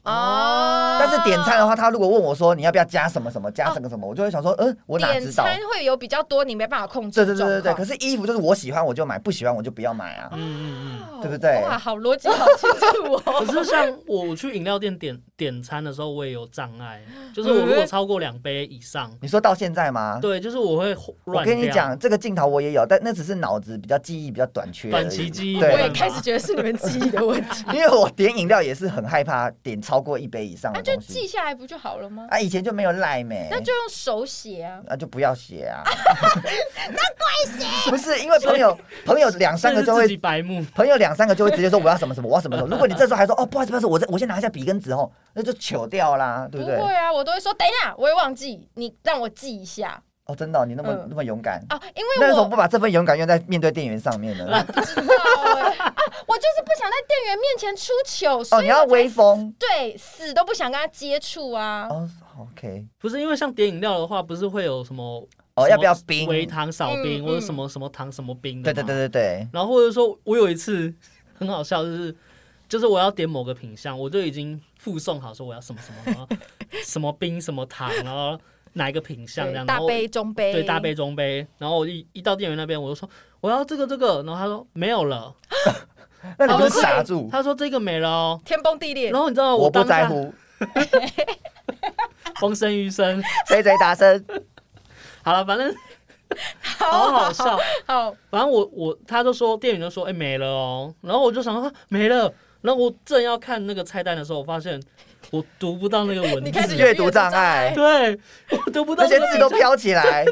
哦，但是点餐的话，他如果问我说你要不要加什么什么加什么什么，我就会想说，嗯，我哪点知道？餐会有比较多，你没办法控制对的对对状况，对对。可是衣服就是我喜欢我就买，不喜欢我就不要买啊。嗯嗯嗯，哦对不对？哇，好逻辑，好清楚可 哦。是像我去饮料店点点餐的时候，我也有障碍，就是嗯我如果超过两杯以上，你说到现在吗？对，就是我会我乱掉。跟你讲，这个镜头我也有，但那只是脑子比较记忆比较短缺而已。，短期记忆我对也开始觉得是你们记忆的问题 因为我点饮料也是很害怕点超过一杯以上那的啊就东记西。下来不就好了吗？啊，以前就没有赖没，那就用手写啊。那就不要写 啊。那怪写？ 不是因为朋友朋友两三个就甚至自会己白目，朋友两三个就会直接说我要什么什么，我要什么什么。如果你这时候还说哦不好意思不好意思，我再我先拿一下笔跟纸哦，那就糗掉啦，对不不对？会啊，我都会说等一下，我也忘记，你让我记一下哦，真的哦、你那么、嗯那么勇敢，啊，因 那为为什么我不把这份勇敢用在面对店员上面呢？不知道、欸、啊，我就是不想在店员面前出糗，所哦，以你我要才威风对死都不想跟他接触啊。哦，OK，不是因为像点饮料的话，不是会有什么什哦，么要不要冰？微糖少冰，嗯或者什么什么糖什么冰的对嘛对对。对对，然后或者说我有一次 很好笑，就是就是我要点某个品相，我就已经附送好说我要什么什么 然后什么冰什么糖，然后哪一个品相这对，样，大然后杯、中杯，对大杯中杯，然后我一一到店员那边我就说我要这个这个，然后他说没有了，那你好就快傻住，他说这个没了哦，天崩地裂然。后你知道我不当在下乎， 风声雨声，谁谁打声，好了，反正好好笑，好，反正我我他就说店员就说哎、没了哦，然后我就想说、啊、没了，然后我正要看那个菜单的时候，我发现我读不到那个文你开始字，有阅读障碍对，我读不到那些那个字都飘起来，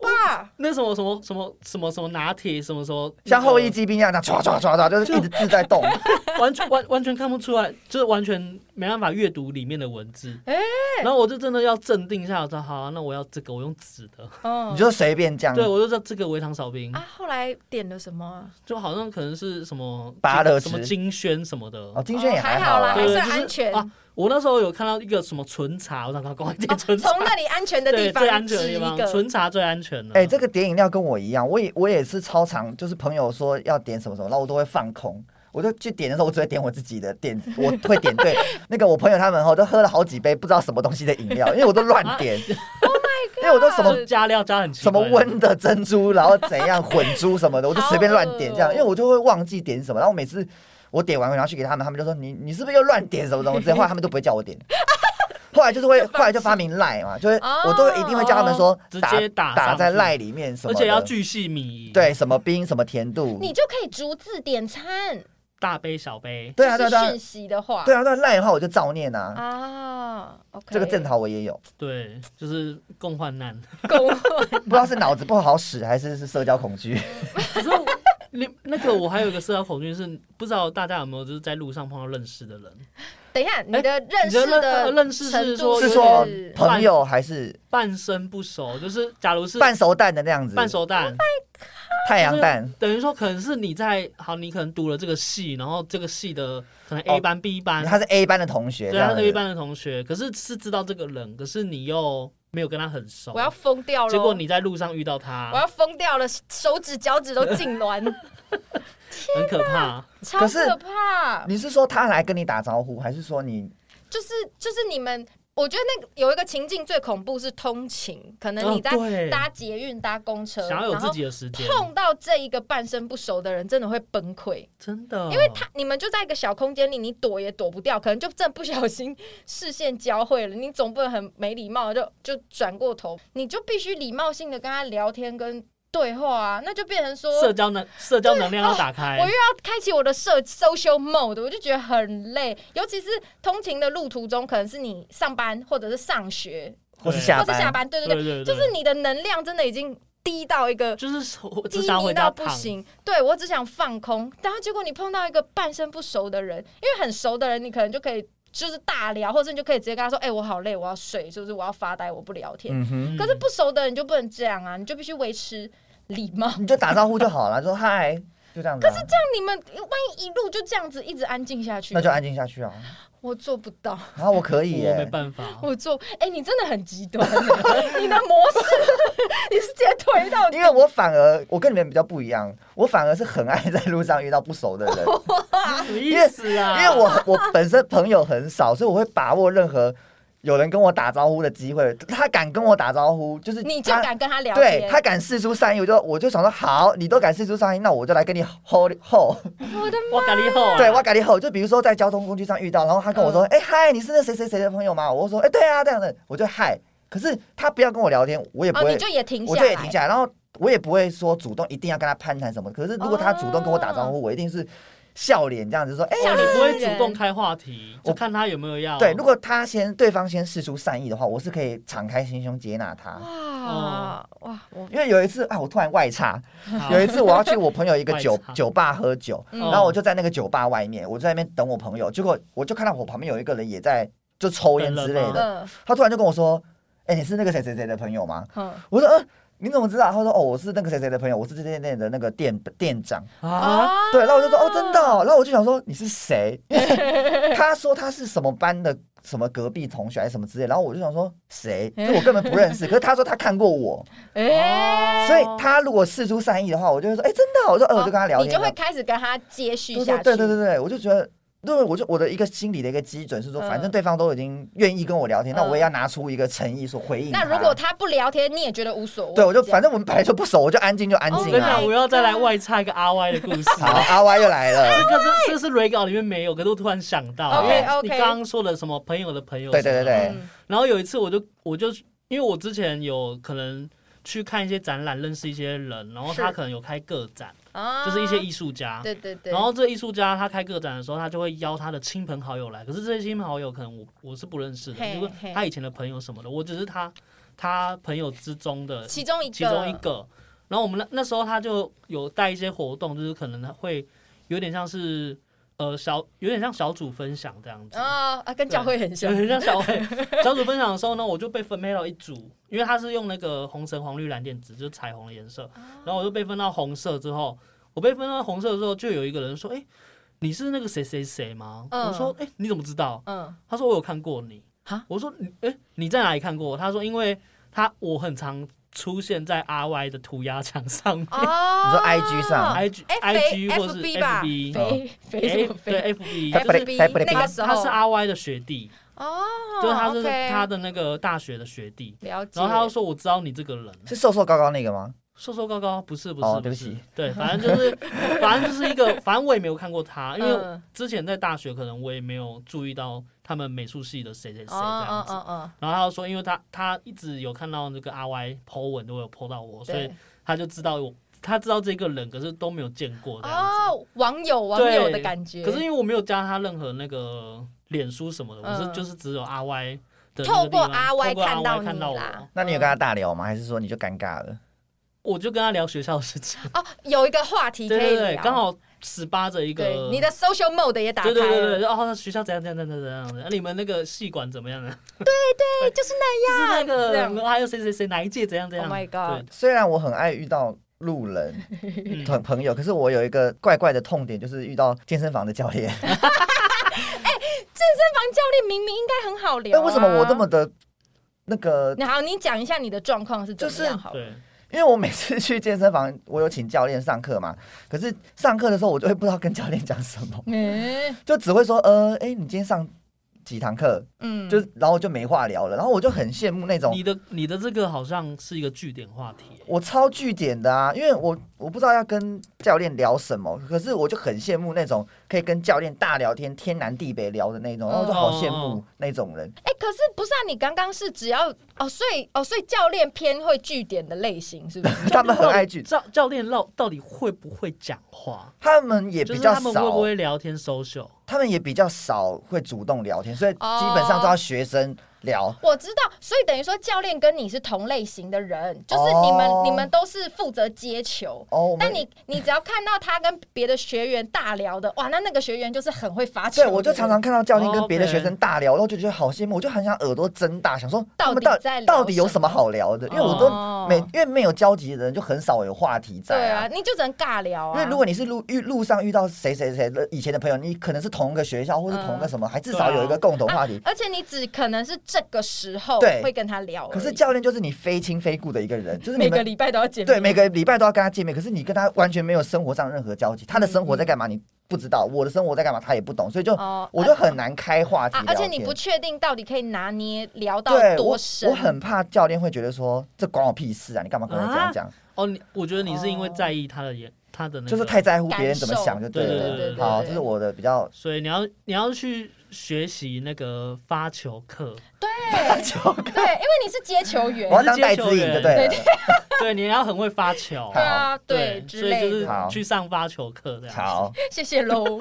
爸，那什么什么什么什么什么拿铁什么什么，像后羿击兵一样，那唰唰唰唰，就是一直字在动。呃完全完完全看不出来，就是完全没办法阅读里面的文字。哎然后我就真的要镇定下来，我说好啊、那我要这个，我用纸的。嗯，你就随便这样对，我就叫这个微糖少冰，啊，后来点了什么啊？就好像可能是什么芭乐汁什么金萱什么的。哦，金萱也哦还好啦，对还对算就是安全。啊我那时候有看到一个什么纯茶，我想赶 快点纯茶，哦从那里安全的地对，方最安全的指一地方，个，纯茶最安全的。哎、这个点饮料跟我一样，我也我也是超常，就是朋友说要点什么什么，然后我都会放空。我就去点的时候，我只会点我自己的，点我会点对那个我朋友他们哈，都喝了好几杯不知道什么东西的饮料，因为我都乱点，因为我都什么就加料加很奇什么怪温的珍珠，然后怎样混珠什么的，我就随便乱点这样，好恶哦因为我就会忘记点什么，然后每次我点完然后去给他们，他们就说你你是不是又乱点什么东西，后来他们都不会叫我点。后来就是会，后来就发明赖嘛，就是哦我都会一定会叫他们说直打接打打上在去赖里面什么而的，且要巨细靡遗。，对什么冰什么甜度，你就可以逐字点餐。大杯小杯，对啊对啊就对是啊讯息的话，对啊，那赖的话我就照念啊，啊，OK，这个正好我也有，对，就是共患 难。够不知道是脑子不好使还是是社交恐惧，可是我你那个我还有一个社交恐惧是，不知道大家有没有就是在路上碰到认识的人，等一下，你的认识哎你的的认呃认识是程度说是有说是朋友还是半生不熟，就是假如是半熟蛋的那样子，半熟蛋，太阳蛋。等于说可能是你在好，你可能读了这个系，然后这个系的可能哦 A 班、B 班，他是 A 班的同学，这啊对，他样是 A 子。班的同学，可是是知道这个人，可是你又没有跟他很熟，我要疯掉了。结果你啊在路上遇到我他，要疯掉了，手指脚趾都痉 挛，很可怕。超可是可怕。你是说他来跟你打招呼，还是说你就是就是你们，我觉得那个有一个情境最恐怖是通勤，可能你在哦对搭捷运、搭公车，想要有然自后己的时间，碰到这一个半生不熟的人，真的会崩溃。真的，因为他你们就在一个小空间里，你躲也躲不掉，可能就真的不小心视线交汇了，你总不能很没礼貌就就转过头，你就必须礼貌性的跟他聊天跟对话啊，那就变成说社交能社交能量要打开我又，要开启我的社 social mode，我就觉得很累，尤其是通勤的路途中，可能是你上班或者是上学或是对下或者下班？班，对对对对对，对，就是你的能量真的已经低到一个就是我低只想迷回家到不躺。行。对我只想放空，然后结果你碰到一个半生不熟的人，因为很熟的人，你可能就可以就是大聊，或者你就可以直接跟他说：“哎、我好累，我要睡，是不是？我要发呆，我不聊天。嗯嗯哼，可是不熟的人就不能这样啊，你就必须维持礼貌。 你就打招呼就好了，说嗨，就这样子啊。可是这样，你们万一一路就这样子一直安静下去，那就安静下去啊。我做不到，然后我可以我没耶，办 法，我做哎、你真的很极端，欸 你的模式你是直接推到因为我反而我跟你们比较不一样，我反而是很爱在路上遇到不熟的人，什么意思因啊？为我我本身朋友很少，所以我会把握任何有人跟我打招呼的机会，他敢跟我打招呼，就是你就他敢跟他聊对天，他敢试出善意，我就我就想说好，你都敢试出善意，那我就来跟你 hold hold。我的哇咖喱后，对，我改你吼，就比如说在交通工具上遇到，然后他跟我嗯说：“哎、嗨，你是那谁谁谁的朋友吗？”我就说：“哎、对啊，这样的。”我就嗨，可是他不要跟我聊天，我也不哦，会，你就也停我下就也来，停下来，然后我也不会说主动一定要跟他攀谈什么。可是如果他主动跟我打招呼，我一定是笑脸这样子说：“哎、哦哇，你不会人主动开话题，我就看他有没有要。对。”如果他先对方先试出善意的话，我是可以敞开心胸接纳他。哦哇哦哇，我因为有一次啊，我突然外岔，好有一次我要去我朋友一个酒外差酒吧喝酒，嗯然后我就在那个酒吧外面，我就在那边等我朋友，结果我就看到我旁边有一个人也在就抽烟之类等人的，嗯他突然就跟我说：“哎、你是那个谁谁谁的朋友吗嗯，？”我说：“嗯、你怎么知道？”他说：“哦，我是那个谁谁的朋友，我是这间店的那个店店长。啊，对，然后我就说：“哦，真的、哦。”然后我就想说：“你是谁？” 他说他是什么班的什么隔壁同学还是什么之类，然后我就想说谁，就我根本不认识。可是他说他看过我，哎，所以他如果试出善意的话，我就会说：“哎、真的哦、我说：“呃，我就跟他聊你天。”就会开始跟他接续对下对去，对对对对，我就觉得。对，我就我的一个心理的一个基准是说，嗯反正对方都已经愿意跟我聊天，那嗯我也要拿出一个诚意说回应他。那如果他不聊天，你也觉得无所谓，对我就这反样正我们本来就不熟，我就安静就安我哦静跟你啊讲，。我要再来外插一个阿 Y 的故 事。好，阿 Y 又来这 了，个是这是 r e 稿里面没有，可是我突然想到，因 OK，为 OK 你刚刚说的什么朋友的朋友，对对对对嗯然后有一次我就我就因为我之前有可能去看一些展览，认识一些人，然后是他可能有开个展，啊就是一些艺术家。对对对，然后这艺术家他开个展的时候，他就会邀他的亲朋好友来。可是这些亲朋好友可能我我是不认识的，嘿因为嘿他以前的朋友什么的，我只是他他朋友之中的其中一个其中一个。然后我们那那时候他就有带一些活动，就是可能会有点像是呃小有点像小组分享这样子，啊啊，跟教会很像有，点像小 会小组分享的时候呢，我就被分配到一组，因为他是用那个红橙黄绿蓝靛紫，就是彩虹的颜哦色。然后我就被分到红色之后，我被分到红色之后，就有一个人说：“哎、你是那个谁谁谁吗？”嗯我说：“哎、你怎么知道嗯，？”他说：“我有看过你。哈”我说：“你哎、你在哪里看过？”他说：“因为他我很常出现在 RY 的涂鸦墙上面、哦， 你说 IG 上 i g F IG 或是 FB 吧，肥肥什么肥哦对 FB，他就不是得他不得那他个时候他是 RY 的学弟，哦，就是他是 OK 他的那个大学的学弟。了解，然后他就说：“我知道你这个人，是瘦瘦高高那个吗？瘦瘦高高，不是不是，哦对不是起，对，反正就是， 反正就是一个，反正我也没有看过他，因为嗯之前在大学可能我也没有注意到他们美术系的谁谁谁这哦样子。哦哦然后他就说，因为他他一直有看到那个阿 Y Po 文都有 Po 到我，哦，所以对他就知道我，他知道这个人，可是都没有见过这样子。哦，网友网友的感觉，可是因为我没有加他任何那个脸书什么的，我嗯是就是只有阿 Y 的那个地方透过透 RY 过看 RY 到到你啦我，，那你有跟他嗯大聊吗？还是说你就尴尬了？我就跟他聊学校的事情。哦，有一个话题可对以对对，聊，刚好十八着一对个你的 social mode 也打开对了，对对对，然后学校怎样怎样怎样怎样怎样啊的，你们那个系管怎么样呢？对就是那那 样，这样个还有谁谁谁哪一届怎样怎样 Oh my god 虽然我很爱遇到路人嗯对朋朋友，可是我有一个怪怪的痛点，就是遇到健身房的教练。房教练明明应该很好聊、那啊，哎为什么我这么？的那个你好，你讲一下你的状况是怎么样好了？对，因为我每次去健身房，我有请教练上课嘛，可是上课的时候我就会不知道跟教练讲什么，嗯就只会说呃，哎、你今天上几堂课，嗯，就是然后就没话聊了，然后我就很羡 慕那种你的你的这个好像是一个据点话题，我超据点的啊，因为我我不知道要跟教练聊什么，可是我就很羡慕那种可以跟教练大聊天、天南地北聊的那哦种，然后我就好羡慕那种 人。哎、可是不是啊？你刚刚是只要哦，所以哦，所以教练偏会据点的类型 是不是？他们很 爱聚，教教练到到底会不会讲话？他们也就比是较他们会少不，会聊天 social？他们也比较少会主动聊天，所以基本上哦都要学生聊。我知道，所以等于说教练跟你是同类型的人，就是你们、哦你们都是负责接球。哦，我们但你你只要看到他跟别的学员大聊的，哇，那那个学员就是很会发球的对，人。哦我就常常看到教练跟别的 OK 学生大聊，然后就觉得好羡慕，我就很想耳朵睁大，想说他们到到底在聊到底有什么好聊的？因为我都哦没，因为没有交集的人就很少有话题对在啊，啊。你就只能尬因聊啊。为如果你是路遇路上遇到谁谁谁的以前的朋友，你可能是同一个学校或是同嗯一个什么，还至啊少有一个共同话题。而且你只可能是这个时候对会跟他聊而已，可是教练就是你非亲非故的一个人，就是你啊每个们礼拜都要见面，对每个礼拜都要跟他见面，可是你跟他完全没有生活上任何交集，他的生活在干嘛你不知道我的生活在干嘛，他也不懂，所以就、嗯哦我就很难开话题啊聊，天、而且你不确定到底可以拿捏聊到对多我深，我很怕教练会觉得说这管我屁事啊，你干嘛跟我这样讲？哦，你我觉得你是因为哦在意他的眼，他的那个，就是太在乎别人怎么想就感受对了。对对对好，对这是我的比较所以你要你要去学习那个发球课， 对对，因为你是接球员我，要当戴资颖就对对了。对，你要很会发球对，啊， 对对，之所以类就是的，好去上发球课这样。，好，谢 谢喽。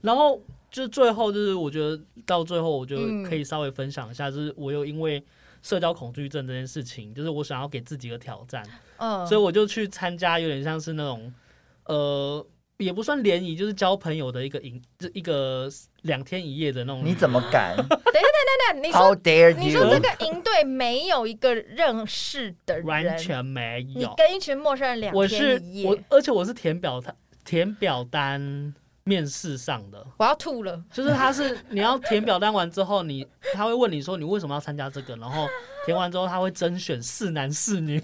然后就最后就是我觉得到最后，我就嗯可以稍微分享一下，就是我又因为社交恐惧症这件事情，就是我想要给自己一个挑战，嗯，所以我就去参加，有点像是那种呃，也不算联谊，就是交朋友的一个营，就一个两天一夜的那种。你怎么 敢那你说？How dare 你说这 you？个营队没有一个认识的完人，全没你有？跟一群陌生人两我是天一夜，我我，而且我是填表单，填表单面试上的。要吐了。就是他是你要填表单完之后，你他会问你说你为什么要参加这个，然后填完之后他会甄选四男四女，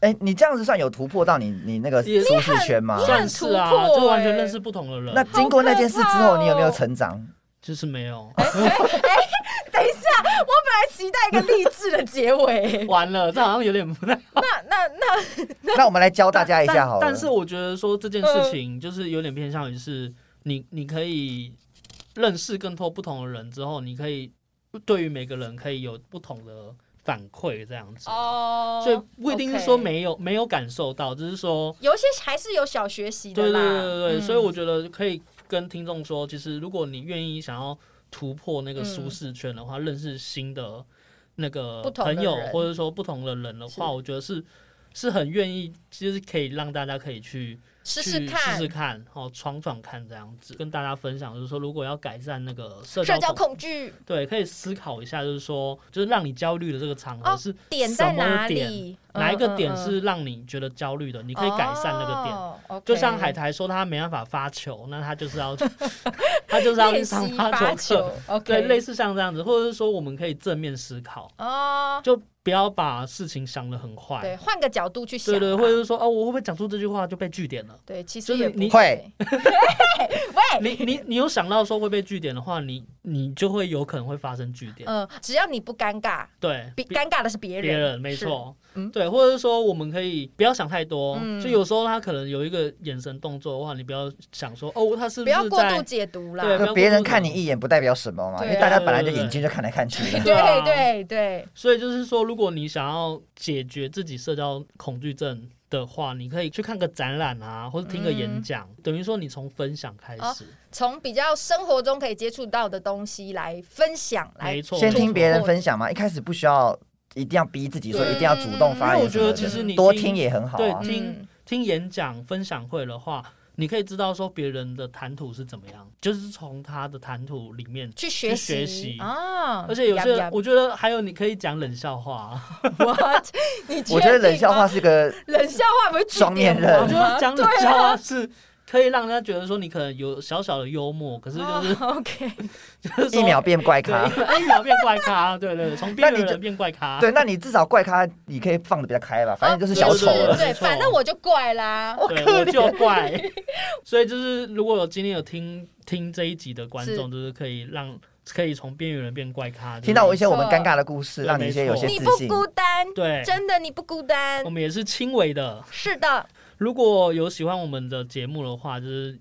哎，你这样子算有突破到你你那个也舒适圈吗 你？算很是啊突，破欸就完全认识不同的人，那经过那件事之好可后，怕哦你有没有成长？就是没有 等一下，我本来期待一个励志的结尾，完了，这好像有点不太 那那那那我们来教大家一下好了。但但 是我觉得说这件事嗯情就是有点偏向于是你你可以认识更多不同的人之后，你可以对于每个人可以有不同的反馈这样子，哦，所以不一定是说 OK 没有没有感受到，只是说。有一些还是有小学习的对对啦。对对对，嗯所以我觉得可以跟听众说，其实如果你愿意想要突破那个舒适圈的话，认识新的那个不同的朋友人或者说不同的人的话，是我觉得是是很愿意，就是可以让大家可以去试试去看试试看，哦，闯闯看这样子，跟大家分享，就是说如果要改善那个社社交恐。恐惧对，可以思考一下，就是说，就是让你焦虑的这个场合哦是点在什么哪点里？哪一个点嗯？嗯嗯是让你觉得焦虑的？你可以改善那个点。哦，OK 就像海苔说他没办法发球，那他就是要 他就是要去练上习发发球球课， ，OK， 对，类似像这样子，或者是说我们可以正面思考，哦，就不要把事情想得很对，坏，换个角度去想对对，吧，或者是说哦，我会不会讲出这句话就被据点了？对，其就是实也不你会， 你你你有想到说会被据点的话，你你就会有可能会发生据点，嗯，只要你不尴尬，对，比尴尬的是别别人，人，没是，错嗯，对，或者是说我们可以不要想太多，嗯就有时候他可能有一个眼神动作的话，你不要想说哦，他是不要是过度在解读啦，对就别人看你一眼不代表什么嘛，对因啊为大家本来就眼睛就看来看去的。对啊对对，所以就是说，如果你想要解决自己社交恐惧症的话，你可以去看个展览啊，或者听个嗯演讲，等于说你从分享开哦始，从比较生活中可以接触到的东西来分享，来没，错。先没错听别人分享嘛，一开始不需要一定要逼自己说对一定要主动因发为言我觉什么得的，其实你多听也很好对嗯啊。听听演讲、分享会的话，你可以知道说别人的谈吐是怎么样，就是从他的谈吐里面。去学去学习啊，而且有些人，嗯呀呀我觉得还有你可以讲冷笑话 啊、 what？你我觉得确定冷笑吗话，是个冷笑话不是双面人，刃我觉得讲啊冷笑话是可以让人家觉得说你可能有小小的幽默，可是就是 哦 OK，就是说一秒变怪咖。对，一秒变怪咖， 对对，对从边缘那你就人变怪咖，对，那你至少怪咖你可以放的比较开吧，反正就是小对丑啊对了。哦对，没错反正我就怪啦，对，我就怪。 所以就是，如果有今天有听听这一集的观众，就是可以让可以从边缘人变怪咖，听到我一就是些我们尴尬的故事，对让你一些有些你自不信。孤单，对，真的你不孤单我，们也是轻微的。是的，如果有喜欢我们的节目的话，就是。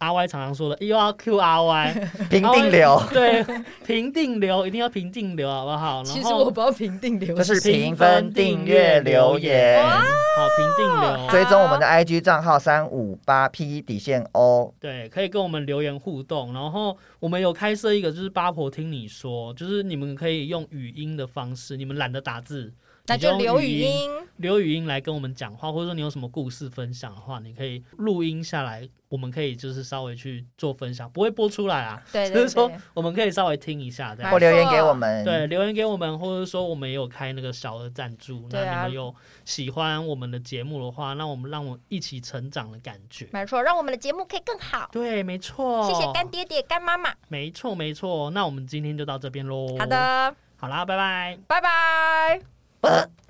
R Y 常常说的又要 Q R Y，平定流， 对，评定流一定要评定流，好不好？然后不知道评定流就是评分、订阅、留言，哇好评定流，追踪我们的 IG 账号三五八 P 底线 O。对，可以跟我们留言互动。然后我们有开设一个，就是八婆听你说，就是你们可以用语音的方式，你们懒得打字， 那就你留用语语音，音，留语音来跟我们讲话，或者说你有什么故事分享的话，你可以录音下来，我们可以就是稍微去做分享，不会播出来啊，对只对是说对，我们可以稍微听一下这没样或错。留言给我们。对，，留言给我们，或者说我们也有开那个小额赞助，对啊那你们有喜欢我们的节目的话，那我们让我一起成长的感觉。没错，让我们的节目可以更好。对，没错。嗯谢谢干爹爹、干妈妈。没错，没哦错。那我们今天就到这边喽。好，的，好啦，拜拜。呃拜拜。